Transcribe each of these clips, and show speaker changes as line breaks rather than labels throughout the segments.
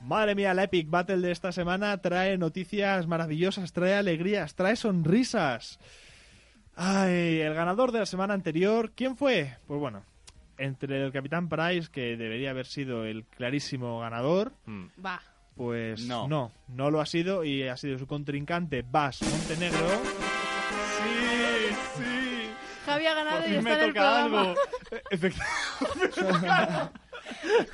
Madre mía, la Epic Battle de esta semana trae noticias maravillosas, trae alegrías, trae sonrisas. Ay, el ganador de la semana anterior, ¿quién fue? Pues bueno, entre el Capitán Price, que debería haber sido el clarísimo ganador,
Va.
pues no,
No.
no, lo ha sido y ha sido su contrincante Bas Montenegro. Sí, sí.
Javi ha ganado y está en el programa.
Efectivamente.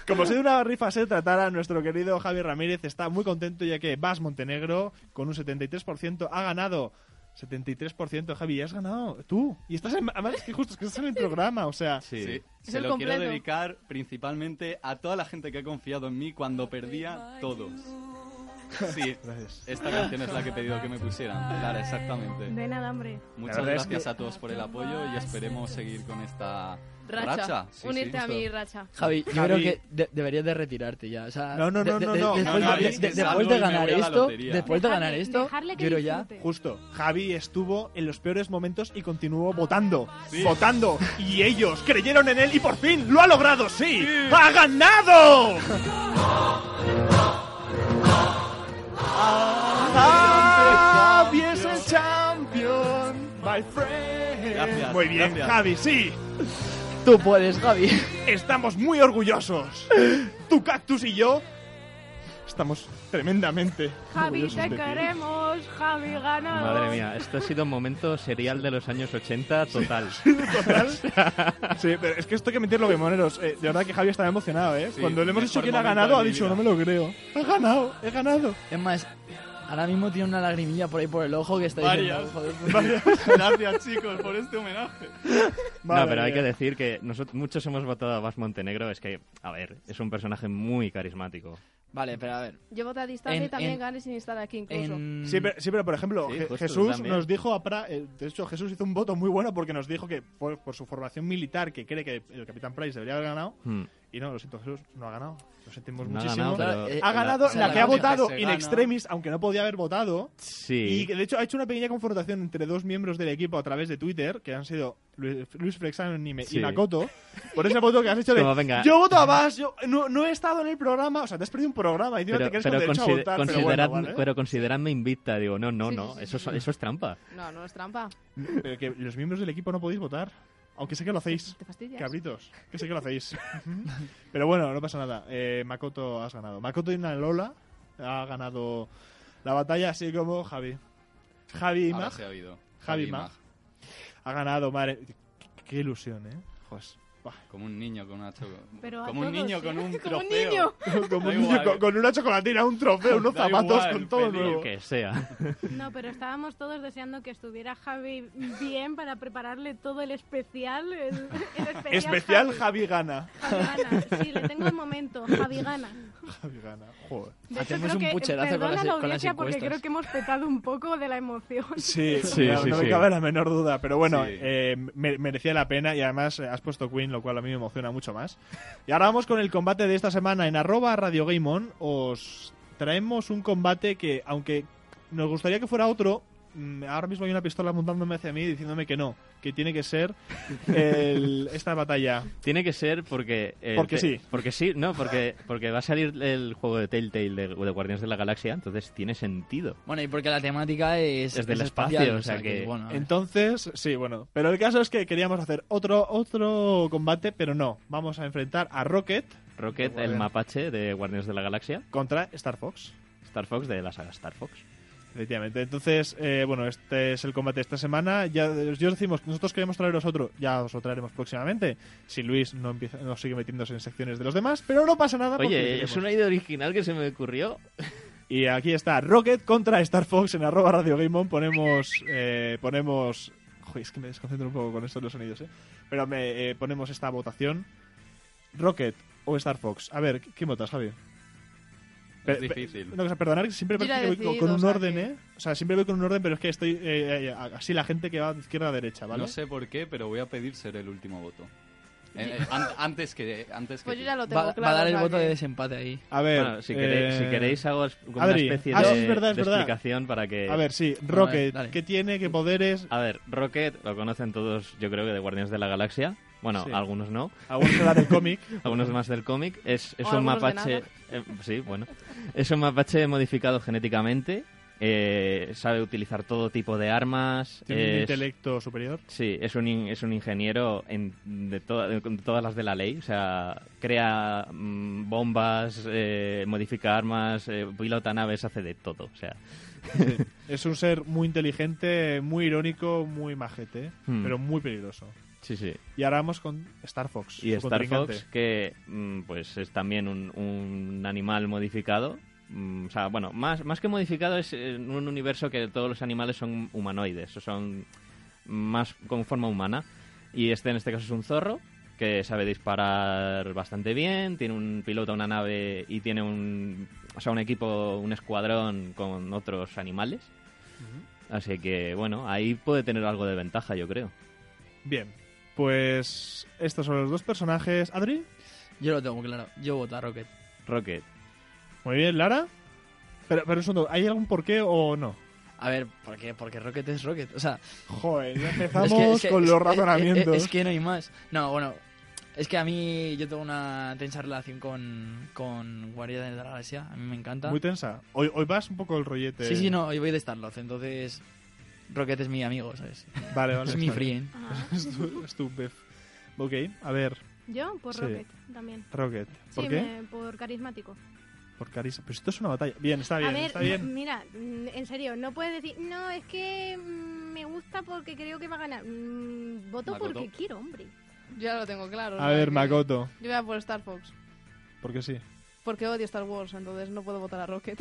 Como si de una rifa se tratara, nuestro querido Javi Ramírez está muy contento ya que Vas Montenegro, con un 73%, ha ganado. 73%, Javi, ya has ganado. Tú. Y estás en... Además, es que justo es que estás en el programa, o sea...
Sí.
Es
Se
el
lo
completo.
quiero dedicar principalmente a toda la gente que ha confiado en mí cuando perdía todos. Sí,
Gracias.
esta canción es la que he pedido que me pusieran. Claro, exactamente.
De nada, hombre.
Muchas
La verdad es
gracias
que-
a todos por el apoyo y esperemos seguir con esta
Racha.
Sí,
Unirte
sí.
a mi racha.
Javi, yo
Javi.
creo que de- deberías de retirarte ya. O sea,
No, no,
de-
no,
de-
no,
de-
no.
Después,
No, no,
de,
es
que
de- después
salgo
de
y me
ganar
voy a la
esto,
lotería.
después de ganar
Dejarle-
esto,
dejarle que
yo creo ya.
disfrute.
Justo, Javi estuvo en los peores momentos y continuó votando, votando, y ellos creyeron en él y por fin lo ha logrado, sí, ha ganado. Javi es el champion, my friend.
Gracias,
Muy bien,
gracias.
Javi, sí,
Tú puedes, Javi.
estamos muy orgullosos. Tu cactus y yo estamos tremendamente
Javi,
orgullosos
te
de ti.
queremos. Javi, gana.
Madre mía, esto ha sido un momento serial de los años 80 total.
Total. Sí, pero es que esto hay que meterlo, moneros. Eh, de verdad que Javi está emocionado, ¿eh?
Sí,
Cuando le hemos dicho
mejor
quién ha
momento
ganado,
de
ha
mi
dicho, no
vida.
me lo creo. He ganado, he ganado.
Es más, ahora mismo tiene una lagrimilla por ahí por el ojo que está diciendo,
Varias.
joder, pues,
Gracias chicos por este homenaje.
No, pero hay que decir que nosotros, muchos hemos votado a Vas Montenegro. Es que, a ver, es un personaje muy carismático.
Vale, pero a ver.
Yo voté a distancia
En-
y también
en-
gané sin estar aquí incluso.
En...
Sí pero, sí, pero, por ejemplo,
Sí,
Je-
justo,
Jesús
también.
nos dijo a Pra- eh, de hecho Jesús hizo un voto muy bueno porque nos dijo que por, por su formación militar que cree que el capitán Price debería haber ganado
Hmm.
y no, lo siento Jesús, no ha ganado. Lo sentimos
No ha
muchísimo.
ganado,
Claro,
pero-
eh,
ha ganado
o
la,
sea,
que ha
única
votado
que se
in
gana.
extremis, aunque no podía haber votado. Y
Sí.
que, de hecho ha hecho una pequeña confrontación entre dos miembros del equipo a través de Twitter, que han sido Luis, Luis Flexano y, me- y
Sí.
Makoto, por ese voto que has hecho de
Como, venga.
yo voto a Bas, yo no, no he estado en el programa, o sea, te has perdido un programa y tío, te
Pero,
quieres
pero
con derecho a
consider-
votar, pero
considerad-
bueno, ¿vale?
pero consideradme invicta. Digo, no, no,
Sí,
no.
sí, sí,
Eso, es-
sí.
eso es trampa.
No, no es trampa.
Pero que los miembros del equipo no podéis votar, aunque sé que lo hacéis.
Te fastidias.
Cabritos, que sé que lo hacéis. pero bueno, no pasa nada. Eh, Makoto has ganado. Makoto y Lola ha ganado la batalla, así como Javi. Javi y
Ahora
Mag.
sí ha habido.
Javi
Javi Mag.
Mag. Ha ganado, madre. Qué ilusión, ¿eh? Jos. Buah.
Como un niño con una choco.
Pero a
Como un
todos,
niño
¿eh?
con un
Como un
trofeo.
niño.
Como
Da
un niño
igual.
con, con una chocolatina, un trofeo, unos
Da
zapatos,
igual,
con todo
feliz.
nuevo.
Lo que sea.
No, pero estábamos todos deseando que estuviera Javi bien para prepararle todo el especial. El, el especial,
Especial
Javi.
Javi gana.
Javi gana. Sí, le tengo el momento. Javi gana.
Javi gana, joder.
De hecho,
Hacemos
creo
un
que,
pucherazo con
perdona
las- e-
la
con las
audiencia porque
encuestas.
creo que hemos petado un poco de la emoción.
Sí,
Sí,
no,
sí,
no me
sí.
cabe la menor duda. Pero bueno,
Sí.
eh, me- merecía la pena y además eh, has puesto Queen, lo cual a mí me emociona mucho más. Y ahora vamos con el combate de esta semana en arroba Radio Game On. Os traemos un combate que, aunque nos gustaría que fuera otro, mm, ahora mismo hay una pistola apuntándome hacia mí diciéndome que no, que tiene que ser el- esta batalla.
Tiene que ser porque... eh,
Porque
te-
sí.
Porque sí, no, porque, porque va a salir el juego de Telltale de, de Guardianes de la Galaxia, entonces tiene sentido.
Bueno, y porque la temática es...
Es del espacio,
espacial,
o sea que-
bueno, a ver.
Entonces, sí, bueno. Pero el caso es que queríamos hacer otro, otro combate, pero no. Vamos a enfrentar a Rocket
Rocket, el mapache de Guardianes de la Galaxia.
contra Star Fox.
Star Fox de la saga Star Fox.
Efectivamente. Entonces, eh, bueno, este es el combate de esta semana. Ya eh, yo os decimos, nosotros queremos traeros otro, ya os lo traeremos próximamente. Si Luis no empieza, no sigue metiéndose en secciones de los demás, pero no pasa
Ah, pues
nada. porque
Oye,
le
es
queremos.
una idea original que se me ocurrió.
Y aquí está Rocket contra Star Fox en arroba Radio Game On. Ponemos, eh, ponemos, Joder, es que me desconcentro un poco con estos los sonidos, eh. Pero me eh, ponemos esta votación. Rocket o Star Fox. A ver, ¿quién votas, Javier?
Es difícil.
No, o sea, perdonad, siempre
Yo
parece
ya
que voy
he
con,
decidido,
con
o
un
sea
orden,
que-
¿eh? O sea, siempre voy con un orden, pero es que estoy eh, eh, así la gente que va de izquierda a derecha, ¿vale?
No sé por qué, pero voy a pedir ser el último voto. Eh, eh, an- antes que antes que
Pues
tú.
yo ya lo tengo
Va, va
claro.
a dar
o
el
sea
voto
que-
de desempate ahí.
A ver,
Bueno, si queréis,
eh,
si queréis eh, hago es- como
Adri,
una especie
ah,
de,
sí, es verdad, es
de
verdad.
explicación para que...
A ver, sí,
ver,
Rocket,
dale.
¿qué tiene? ¿Qué poderes?
A ver, Rocket lo conocen todos, yo creo que de Guardianes de la Galaxia. Bueno,
Sí.
algunos no.
Aún es la del cómic.
algunos más del cómic. Es, es
O
un
algunos de
mapache. eh, sí, bueno. Es un mapache modificado genéticamente. eh, sabe utilizar todo tipo de armas.
Tiene un
es-
intelecto superior.
Sí, es un, in- es un ingeniero en, de, toda- de todas las de la ley. O sea, crea mm, bombas, eh, modifica armas, eh, pilota naves, hace de todo. O sea,
Es un ser muy inteligente, muy irónico, muy majete, ¿eh?
Hmm.
pero muy peligroso.
sí, sí.
Y ahora vamos con Star Fox.
Y
su
Star
contrincante.
Fox, que mm, pues es también un, un animal modificado. Mm, O sea, bueno, más, más que modificado es en un universo que todos los animales son humanoides, o son más con forma humana. Y este en este caso es un zorro que sabe disparar bastante bien, tiene un piloto, una nave y tiene un, o sea, un equipo, un escuadrón con otros animales. Así que, bueno, ahí puede tener algo de ventaja, yo creo.
Bien, pues estos son los dos personajes. ¿Adri?
Yo lo tengo claro. Yo voto a Rocket.
Rocket.
Muy bien, ¿Lara? Pero, pero un segundo, ¿hay algún porqué o no?
A ver, ¿por qué? Porque Rocket es Rocket. O sea,
Joder, ya
es
empezamos
que- es que-
con
es-
los
es-
razonamientos.
Es, es que no hay más. No, bueno, es que a mí yo tengo una tensa relación con, con Guardia de la Galaxia. A mí me encanta.
Muy tensa. Hoy, hoy vas un poco el rollete.
Sí, sí, no, yo voy de Starlord, entonces Rocket es mi amigo, ¿sabes?
Vale, vale.
es mi
está bien.
friend.
Ah,
Es tu- es tu bef. Ok, a ver,
Yo, por
Sí.
Rocket también.
Rocket. ¿Por
sí,
qué?
me- por carismático.
Por Carissa. Pero esto es una batalla. Bien, está bien,
a ver,
está bien.
mira, mm, en serio, no puedes decir, no, es que mm, me gusta porque creo que va a ganar. Mm, voto
Makoto.
porque quiero, hombre.
Yo ya lo tengo claro.
A
¿no?
ver,
Que-
Makoto.
Yo voy a por Star Fox.
Porque sí.
Porque odio Star Wars, entonces no puedo votar a Rocket.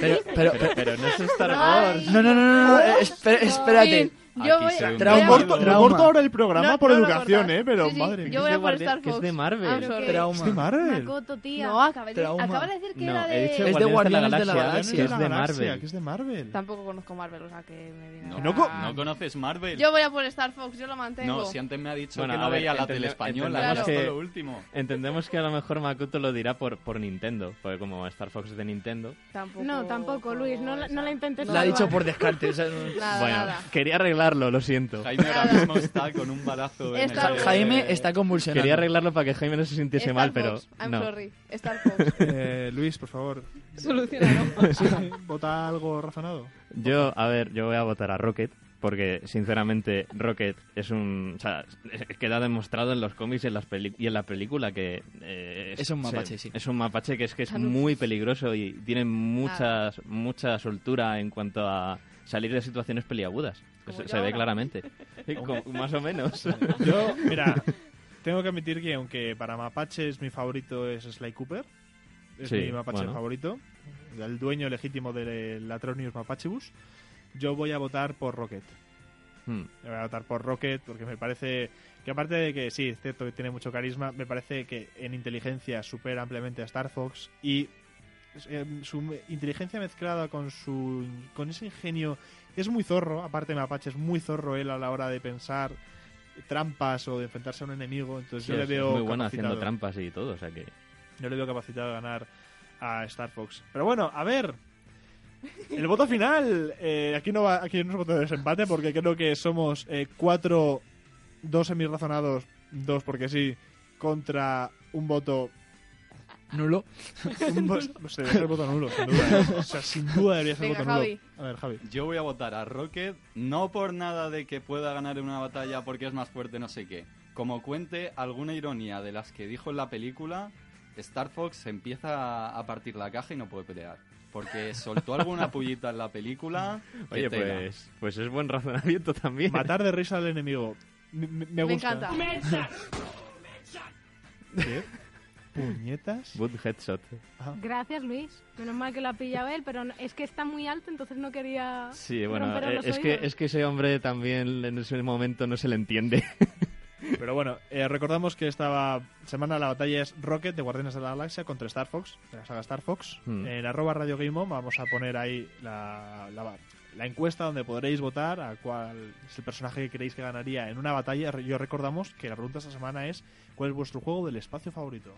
Pero, pero, pero no es Star Wars.
Ay,
No, no, no, no, no, eh, espera- espérate.
Sí, yo
Aquí
voy
se
voy
hunde.
Trauma.
Recorto,
Trauma.
recorto ahora el programa
No,
por
no lo
educación,
cortas.
¿eh? Pero
Sí, sí,
madre mía.
Yo
Es de
voy a por
Guardi-
Star
que es
Fox.
de Marvel.
Ah,
Pero
ok.
que-
Trauma.
Es de Marvel.
Makoto, tía.
No, acabé de-
Trauma.
acaba de decir que
No,
era
he
de...
dicho
Es de
Guardianes
Guardianes de la
Guardianes
Galaxia.
de
que es
la
de
Galaxia,
Marvel.
Que es de Marvel.
Tampoco conozco Marvel, o sea que me viene
No,
No co-
no conoces Marvel.
Yo voy a por Star Fox, yo lo mantengo.
no, si antes me ha dicho
Bueno,
que
a
no
ver,
veía la
entende-
tele española,
entendemos
ya está
que-
lo último.
Entendemos que a lo mejor Makoto lo dirá por, por Nintendo, porque como Star Fox es de Nintendo.
Tampoco,
No, tampoco, Luis, no la- no la intentes
La ha dicho
salvar.
por descarte, o sea, no-
Nada,
bueno,
nada.
quería arreglarlo, lo siento.
Jaime ahora
Nada.
mismo está con un balazo en
Star
el...
Wars.
Jaime está convulsionando.
eh, Quería arreglarlo para que Jaime no se sintiese
Star
mal, pero
Fox, I'm
no.
sorry. Star Fox.
Eh, Luis, por favor,
Solucionalo.
sí, vota algo razonado.
Yo, a ver, yo voy a votar a Rocket. Porque, sinceramente, Rocket es un... O sea, es- queda demostrado en los cómics y en, las peli- y en la película que... eh,
Es un
se-
mapache, sí.
Es un mapache que es que es
Anuncio.
muy peligroso y tiene muchas, mucha soltura en cuanto a salir de situaciones peliagudas.
Como
Se,
yo
se ve
ahora.
claramente. Sí, como- más o menos.
Yo, mira, tengo que admitir que aunque para mapaches mi favorito es Sly Cooper, es
Sí,
mi mapache
bueno.
favorito, el dueño legítimo del Atronius Mapachibus, yo voy a votar por Rocket.
Hmm.
Yo voy a votar por Rocket porque me parece que aparte de que sí, es cierto que tiene mucho carisma, me parece que en inteligencia supera ampliamente a Star Fox y eh, su me- inteligencia mezclada con su con ese ingenio es muy zorro, aparte Mapache es muy zorro él a la hora de pensar trampas o de enfrentarse a un enemigo, entonces
Sí,
yo le
es-
veo
es muy bueno haciendo
capacitado.
trampas y todo, o sea que...
Yo le veo capacitado a ganar a Star Fox. Pero bueno, a ver. El voto final. eh, aquí no va, aquí no es voto de desempate porque creo que somos eh, cuatro, dos semirrazonados, dos porque sí, contra un voto.
Nulo.
Un vo- no sé, debería ser voto nulo, sin duda. ¿eh? O sea, sin duda debería ser
Venga,
voto nulo.
Javi.
A ver, Javi.
Yo voy a votar a Rocket, no por nada de que pueda ganar en una batalla porque es más fuerte, no sé qué. Como cuente alguna ironía de las que dijo en la película, Star Fox empieza a partir la caja y no puede pelear. Porque soltó alguna pullita en la película. que
Oye,
tela.
pues, pues es buen razonamiento también.
Matar de risa al enemigo. Me, me- me
Me
gusta.
encanta.
¿Qué? ¿Puñetas?
Good headshot.
Gracias, Luis. Menos mal que lo ha pillado él, pero no- es que está muy alto, entonces no quería.
Sí, bueno,
romperos
eh,
los
es, que,
oídos.
es que ese hombre también en ese momento no se le entiende.
Pero bueno, eh, recordamos que esta semana la batalla es Rocket de Guardianes de la Galaxia contra Star Fox, de la saga Star Fox.
Mm.
En arroba Radio Game On vamos a poner ahí la, la- la encuesta donde podréis votar a cuál es el personaje que creéis que ganaría en una batalla. Yo recordamos que la pregunta esta semana es ¿cuál es vuestro juego del espacio favorito?